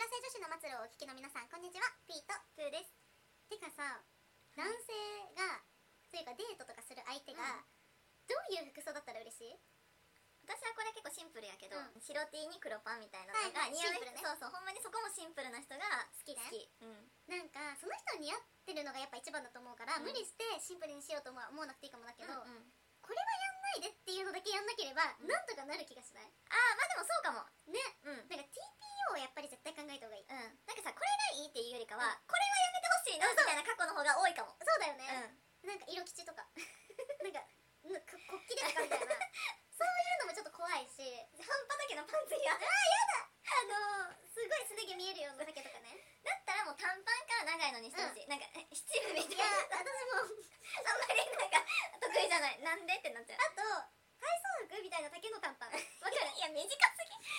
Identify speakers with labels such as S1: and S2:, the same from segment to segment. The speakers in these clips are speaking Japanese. S1: をお聞きの皆さんこんにちはピーとプーですてかさ男性がというかデートとかする相手が、どういう服装だったら嬉しい
S2: 私はこれ結構シンプルやけど、
S1: うん
S2: 白 T に黒パンみたいなのが
S1: はいはい
S2: 似合
S1: シンプ
S2: う
S1: ルね
S2: そうそうほんまにそこもシンプルな人が好き
S1: 好きねな
S2: うん、
S1: んかその人に似合ってるのがやっぱ一番だと思うから、
S2: うん
S1: 無理してシンプルにしようと思わ思わなくていいかもだけ
S2: け
S1: ど、
S2: ど、
S1: これはやんないでっていうのだけやんなければ、
S2: うん
S1: なんとかなる気がしない
S2: ああまあでもそう
S1: ね
S2: かもうん
S1: なんか TPO をやっぱり絶対考えた方がいい、
S2: うん、なんかさこれがいいっていうよりかは、これはやめてほしいなみたいな過去の方が多いかも、
S1: そうだよ
S2: うん
S1: ね、なんか色吉とか なんかなこ国旗ですかみたいな そういうのもちょっと怖いし
S2: 半端だけどパンツには
S1: あのー、すごいすね毛見えるような酒とかね
S2: だったらもう短パンから長いのにしてほしい、なんかえ七分み
S1: い
S2: たい
S1: や
S2: な
S1: 私も
S2: あんまりなんか得意じゃないなんでってなっちゃう
S1: あと体操服みたいな丈の短パンわかる
S2: いや短すぎ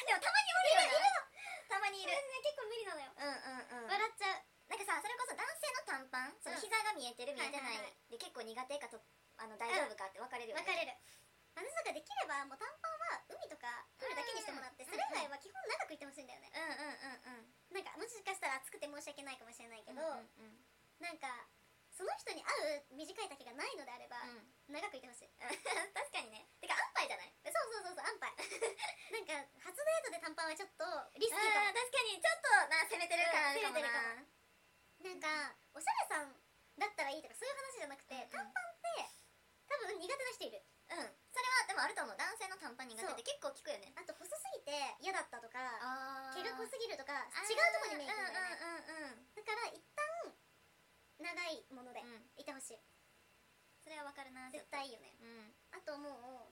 S2: でもたまにおるよなたまにい
S1: いる
S2: る
S1: 結構無理なのよ
S2: うんうんうん
S1: 笑っちゃう
S2: なんかさそれこそ男性の短パンその
S1: うん
S2: 膝が見えてる見えてな
S1: はいはいはい
S2: で結構苦手かとあの大丈夫かって分かれるよ
S1: 分
S2: ね
S1: かれる私とかできればもう短パンは海とかプールだけにしてもらって
S2: うん
S1: それ以外は基本長くいてほしいんだよね
S2: うんうんうんうん
S1: なんかもしかしたら暑くて申し訳ないかもしれないけど、
S2: うんうんうん
S1: なんかその人に合う短い丈がないのであれば、
S2: うん
S1: 長くいてほしい
S2: 確かにねてか安牌じゃない
S1: そうそうそうそう安牌 なんか初デートで短パンはちょっとリスキーかも
S2: あー確かにちょっとな攻めてる感あるかもな、
S1: なんかおしゃれさんだったらいいとかそういう話じゃなくて、
S2: うんうん
S1: 短パンって多分苦手な人いる
S2: うんそれはでもあると思う男性の短パン苦手って結構聞くよね
S1: あと細すぎて嫌だったとか
S2: あ
S1: 毛が濃すぎるとか
S2: あー
S1: 違うとこに目いくんだよね、
S2: うんうんうんうん
S1: だから一旦長いもので
S2: うん
S1: いてほしい、
S2: それはわかるな
S1: 絶対いいよね
S2: うん
S1: あともう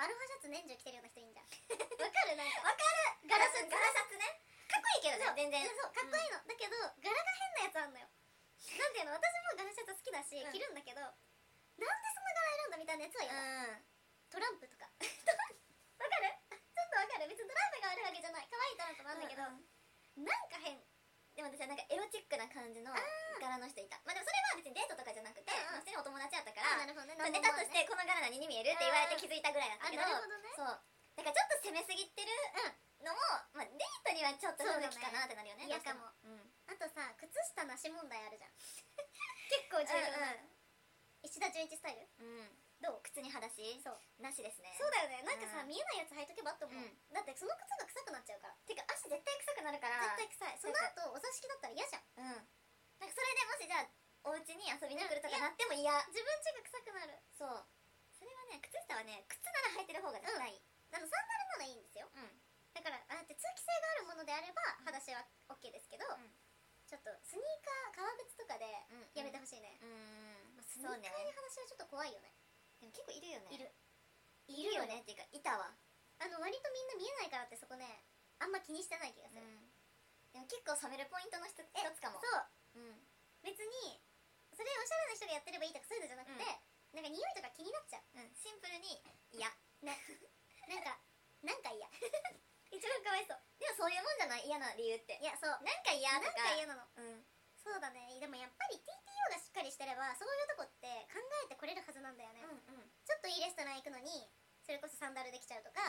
S1: アロハシャツ年中着てるような人いいんじゃんわかるなんか
S2: わかる
S1: ガラス
S2: ガラシャツねかっこいいけどね全然
S1: いやそうかっこいいの、だけど柄が変なやつあんのよなんていうの私も柄シャツ好きだし、
S2: うん
S1: 着るんだけどなんでそんな柄選んだみたいなやつは
S2: う
S1: 嫌だ、
S2: ん
S1: トランプとか わかるちょっとわかる別にトランプが悪いわけじゃない可愛いトランプもあるんだけど、
S2: う
S1: なんか変
S2: でも私はなんかエロチックな感じの柄の人いたまあでもそれは別にデートとかじゃなく
S1: う
S2: て、
S1: んうん
S2: 普通にお友達やったか
S1: あな
S2: ら、
S1: るほどね
S2: ネタとしてこの柄何に見えるって言われて気づいたぐらいだったけど、
S1: あなるほどね
S2: そうだからちょっと攻めすぎてるのも、まあ、デートにはちょっと不向きかなってなるよね
S1: そうだね
S2: どうしてうん、
S1: あとさ靴下なし問題あるじゃん結構重要な、石田純一スタイル
S2: うんうん、
S1: どう
S2: 靴に裸足
S1: そう
S2: なしですね
S1: そうだよねなんかさ、
S2: うん
S1: 見えないやつ履いとけばって思う、
S2: うん
S1: だってその靴が臭くなっちゃうから
S2: てか足絶対臭くなるから
S1: 絶対臭いその後お座敷だったら嫌じゃん
S2: うんなんかそれでもしじゃあお家に遊びに来るとかなっても嫌
S1: 自分家が臭くなる
S2: そうそれはね靴下はね靴なら履いてる方が絶対いい、
S1: あのサンダルならいいんですよ
S2: うん
S1: だからあだって通気性があるものであれば裸足は OK ですけど、
S2: うん
S1: ちょっとスニーカー革靴とかで
S2: うん
S1: やめてほしいね、
S2: うん、
S1: まあ、スニーカ
S2: そう
S1: ーに
S2: ね
S1: 裸足はちょっと怖いよね
S2: でも結構いるよね
S1: いる
S2: いるよねっていうかいたわ、
S1: あの割とみんな見えないからってそこねあんま気にしてない気がする、
S2: でも結構冷めるポイントの一つ一つかも
S1: そう
S2: うん、
S1: 別にそれおしゃれな人がやってればいいとかそういうのじゃなくて、なんか匂いとか気になっちゃう
S2: うん、シンプルに嫌
S1: なんかなんか嫌一番かわいそう
S2: でもそういうもんじゃない嫌な理由って
S1: いやそう
S2: なんか嫌
S1: なん
S2: とか
S1: か嫌なの
S2: うん
S1: そうだねでもやっぱり TPO がしっかりしてればそういうとこって考えてこれるはずなんだよね、
S2: うん
S1: ちょっといいレストラン行くのにそれこそサンダルできちゃうとか、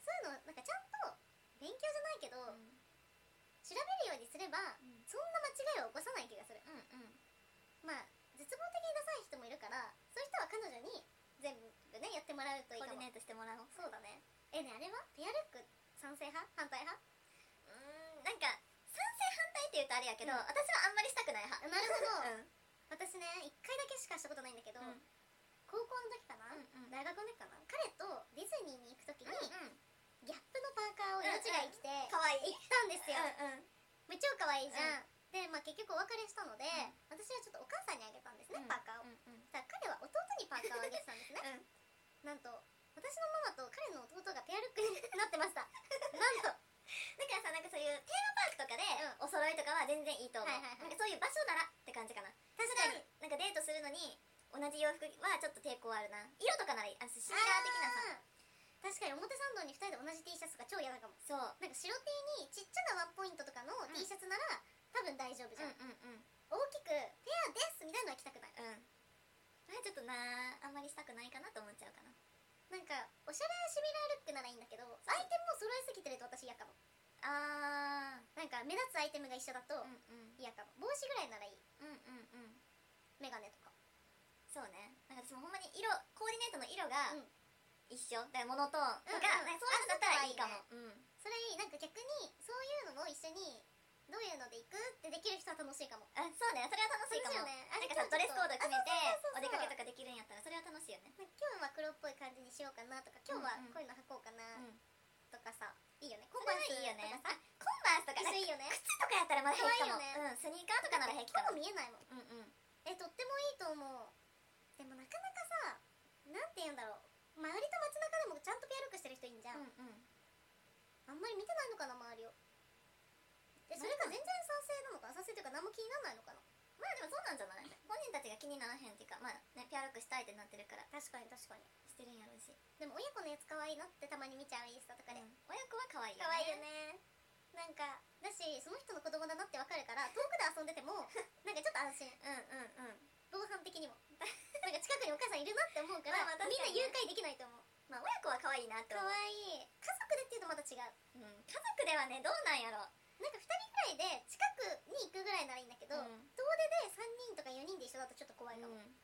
S1: そういうのなんかちゃんと勉強じゃないけど、
S2: うん
S1: 調べるようにすれば、
S2: ん
S1: そんな間違いを起こさない気がする
S2: うんうん
S1: まあ絶望的にダサい人もいるからそういう人は彼女に全部ねやってもらうといい
S2: コ
S1: か
S2: ーデ
S1: も
S2: ィネートしてもらおう
S1: そうだねえねあれはペアルック賛成派反対派
S2: うんなんか賛成反対って言うとあれやけど、
S1: うん
S2: 私はあんまりしたくない派
S1: なるほど
S2: うん
S1: 私ね1回だけしかしたことないんだけど、
S2: うん
S1: 高校の時かな、
S2: うんうん
S1: 大学の時かな彼とディズニーに行く時に、
S2: うん
S1: ギャップのパーカーを色違い着て行っ
S2: かわいい
S1: たんですよ、
S2: うんうん
S1: めっちゃ可愛いじゃん、で、まあ、結局お別れしたので、
S2: ん
S1: 私はちょっとお母さんにあげたんですね、
S2: うん
S1: パーカー
S2: う
S1: を、
S2: んうん
S1: さあ彼は弟にパーカーをあげてたんですねなんと私のママと彼の弟がペアルックになってま したなんと
S2: だからさなんかそういうテーマパークとかで、お揃いとかは全然いいと思う、
S1: はいはいはい
S2: なんかそういう場所ならって感じかな
S1: 確かに
S2: なんかデートするのに同じ洋服はちょっと抵抗あるな色とかならいいあのシミラー的
S1: あー
S2: なさ
S1: 確かに表参道に2人で同じ T シャツが超嫌だかも
S2: そう
S1: なんか白 T にちっちゃなワンポイントとかの
S2: ん
S1: T シャツなら、多分大丈夫じゃん、
S2: うんうん
S1: 大きくペアですみたいなのは着たくない
S2: うんまあちょっとなあんまりしたくないかなと思っちゃうかな
S1: なんかおしゃれシミラールックならいいんだけどアイテムを揃えすぎてると私嫌かも
S2: あー
S1: なんか目立つアイテムが一緒だと
S2: うんうん
S1: 嫌かも帽子ぐらいならいい
S2: うんうんうん
S1: メガネとか
S2: そうねなんか私もほんまに色コーディネートの色が
S1: うん
S2: 一緒、だからモノトーンと
S1: う
S2: か,、
S1: んうん
S2: なんかそういうのだったらいいかも
S1: あそれいいなんか逆にそういうのも一緒にどういうので行くってできる人は楽しいかも
S2: うん、あそうねそれは楽しいかも、
S1: そうですよねあ
S2: な
S1: れ
S2: んかさドレスコード決めて
S1: そうそうそうそう
S2: お出かけとかできるんやったらそれは楽しいよね
S1: なんか今日は黒っぽい感じにしようかなとか今日はこういうの履こうかな
S2: うん
S1: とかさいいよね
S2: コ
S1: コ
S2: ン
S1: ン
S2: バ
S1: バ
S2: ー
S1: ー
S2: ス
S1: ス
S2: いいよね
S1: とかさ
S2: コンバースとか
S1: 一
S2: な
S1: 緒
S2: んか
S1: いいよね
S2: 靴とかやったらまだ平気か
S1: 可
S2: も、
S1: 愛いよ
S2: うん、スニーカーとかなら平気か
S1: ほ
S2: も
S1: ぼ見えないもん
S2: うんうん
S1: えとってもいいと思うでもなかなかさなんて言うんだろう周りと街中でもちゃんとペアルックしてる人いいんじゃん、
S2: うんうん
S1: あんまり見てないのかな周りをでそれが全然賛成なのかな賛成というか何も気にならないのかな
S2: まあでもそうなんじゃない本人たちが気にならへんっていうかまあねピアルックしたいってなってるから
S1: 確かに確かに
S2: してるんやろうし
S1: でも親子のやつ可愛いなってたまに見ちゃうインスタとかで、
S2: 親子は可愛いよ
S1: 可愛いよねなんかだしその人の子供だなってわかるから遠くで遊んでて もなんかちょっと安心
S2: うんうんうん
S1: 防犯的にもなんか近くにお母さんいるなって思う から
S2: まあまあ確
S1: みん
S2: か
S1: な
S2: にね
S1: 誘拐できないと思う
S2: まあ親子は可愛いなって
S1: 可
S2: 思う、
S1: 愛い家族でっていうとまた違う
S2: うん、家族ではねどうなんやろ
S1: なんか2人ぐらいで近くに行くぐらいならいいんだけど、
S2: うん
S1: 遠出で3人とか4人で一緒だとちょっと怖いかも、
S2: うん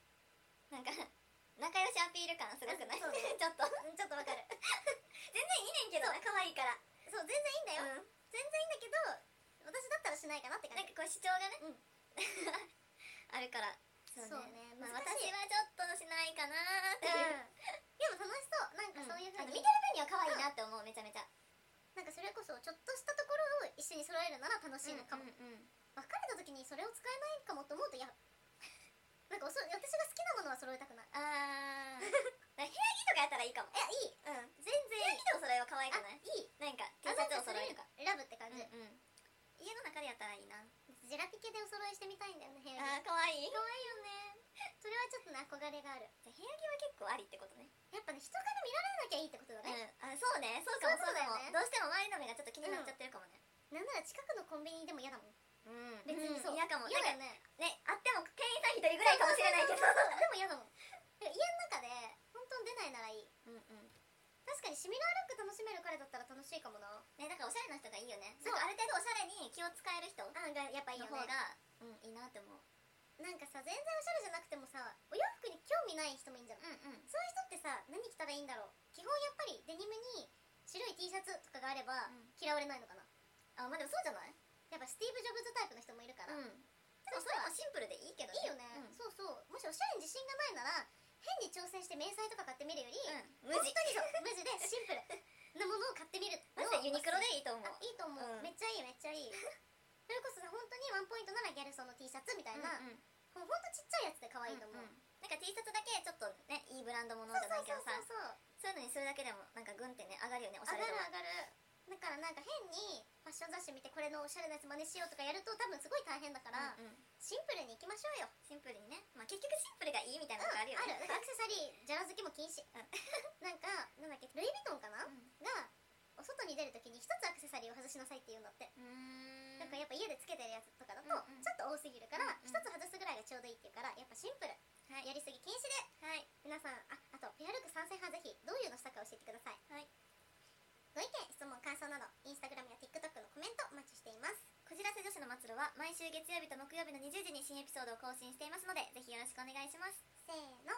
S2: なんか 仲良しアピール感すごくない、
S1: そう ね
S2: ちょっと
S1: うんちょっとわかる
S2: 全然いいねんけどな可愛いから、
S1: そう全然いいんだよ、
S2: うん、
S1: 全然いいんだけど私だったらしないかなって
S2: な
S1: 感
S2: ん
S1: じ
S2: かこう主張がね、
S1: うん
S2: あるから
S1: そうね
S2: まあ、
S1: 難し
S2: 私
S1: い
S2: はちょっとしないかなー っていう、
S1: でも楽しそうなんかそういうふ
S2: あ
S1: うに、
S2: の見てる分には可愛いなって思うめちゃめちゃ
S1: なんかそれこそちょっとしたところを一緒に揃えるなら楽しいのかも、
S2: うんうん
S1: 別れた時にそれを使えないかもと思うといや なんかおそ私が好きなものは揃えたくない
S2: あーだから部屋着とかやったらいいかも
S1: いやいい
S2: うん
S1: 全
S2: 部屋
S1: 然いい
S2: 着とお揃えは可愛くない
S1: いい
S2: なんか T
S1: あ
S2: シャ
S1: なん
S2: ツ
S1: か
S2: を
S1: そ
S2: 揃
S1: れ
S2: え
S1: いい
S2: るとか
S1: ラブって感
S2: うん
S1: じ、
S2: うん家の中でやったらいいな
S1: ジェラピケでお揃いしてみたいんだよね部屋
S2: あ
S1: に
S2: ー可愛い
S1: 可愛いよねそれはちょっとね憧れがある
S2: じゃあ部屋着は結構ありってことね
S1: やっぱね人から見られなきゃいいってことだ
S2: うん
S1: ね、
S2: あそうねそうかも
S1: そ
S2: そう
S1: ういうことだよね
S2: かもどうしても周りの目がちょっと気になっちゃってるかもね
S1: なんなら近くのコンビニでも嫌だもん
S2: うん
S1: 別にそう、
S2: 嫌かも
S1: 嫌だ
S2: なんか
S1: よね
S2: ねあっても店員さん一人ぐらいかもしれないけど
S1: そうそうそうでも嫌だもん家の中で本当に出ないならいい
S2: うんうん
S1: 確かにシミュラールック楽しめる彼だったら楽しいかもなあ
S2: ねなんかおしゃれな人がいいよね
S1: そ
S2: な
S1: うん
S2: かある程度おしゃれに気を使える人の
S1: がやっぱいいよ
S2: 方
S1: ね
S2: がうんいいなって思う
S1: なんかさ全然おしゃれじゃなくてもさお洋服に興味ない人もいいんじゃない、
S2: うんうん
S1: そういう人ってさ何着たらいいんだろう基本やっぱりデニムに白い T シャツとかがあれば
S2: うん
S1: 嫌われないのかな、
S2: あまあでもそうじゃない
S1: やっぱスティーブ・ジョブズタイプの人もいるから、
S2: うんでもそれもシンプルでいいけど
S1: いいよね、
S2: うん
S1: そうそうもしおしゃれに自信がないなら変に挑戦して迷彩とか買ってみるより、
S2: うん無
S1: 無地
S2: 地
S1: 無地でシンプルなものを買ってみる
S2: マジでユニクロでいいと思う
S1: あいいと思う、
S2: うん
S1: めっちゃいいめっちゃいいそれこそさ本当にワンポイントならギャルソンの T シャツみたいな、
S2: うんうん
S1: ほん、本当ちっちゃいやつで可愛いと思う、
S2: んんなんか T シャツだけちょっとねいいブランドもの
S1: そう
S2: じゃないけどさ
S1: そうそうそう
S2: そういうのにするだけでもなんかグンってね上がるよねおしゃ
S1: 上
S2: れ
S1: が
S2: 度
S1: る
S2: は
S1: 上がるだからなんか変にファッション雑誌見てこれのおしゃれなやつ真似しようとかやると多分すごい大変だから、
S2: うんうん
S1: シンプルにいきましょうよ
S2: シンプルにねまあ結局シンプルがいいみたいなのがあるよ
S1: あ
S2: ね
S1: るなんかアクセサリーじゃら好きも禁止、
S2: ん
S1: なんかなんだっけルイ・ヴィトンかな、
S2: うん
S1: がお外に出るときに一つアクセサリーを外しなさいって言うんだって、
S2: うーん
S1: なんかやっぱ家でつけてるやつとかだと
S2: うんうん
S1: ちょっと多すぎるから
S2: うんうん
S1: 一つ外すぐらいがちょうどいいっていうからやっぱシンプル、
S2: はい
S1: やりすぎ禁止で、
S2: はい
S1: 皆さんああとペアルック賛成派ぜひどういうのしたか教えてください、
S2: はい
S1: ご意見質問感想などインスタグラムや TikTok のコメントお待ちしています
S2: こじらせ女子の末路は毎週月曜日と木曜日の20時に新エピソードを更新していますのでぜひよろしくお願いします
S1: せーの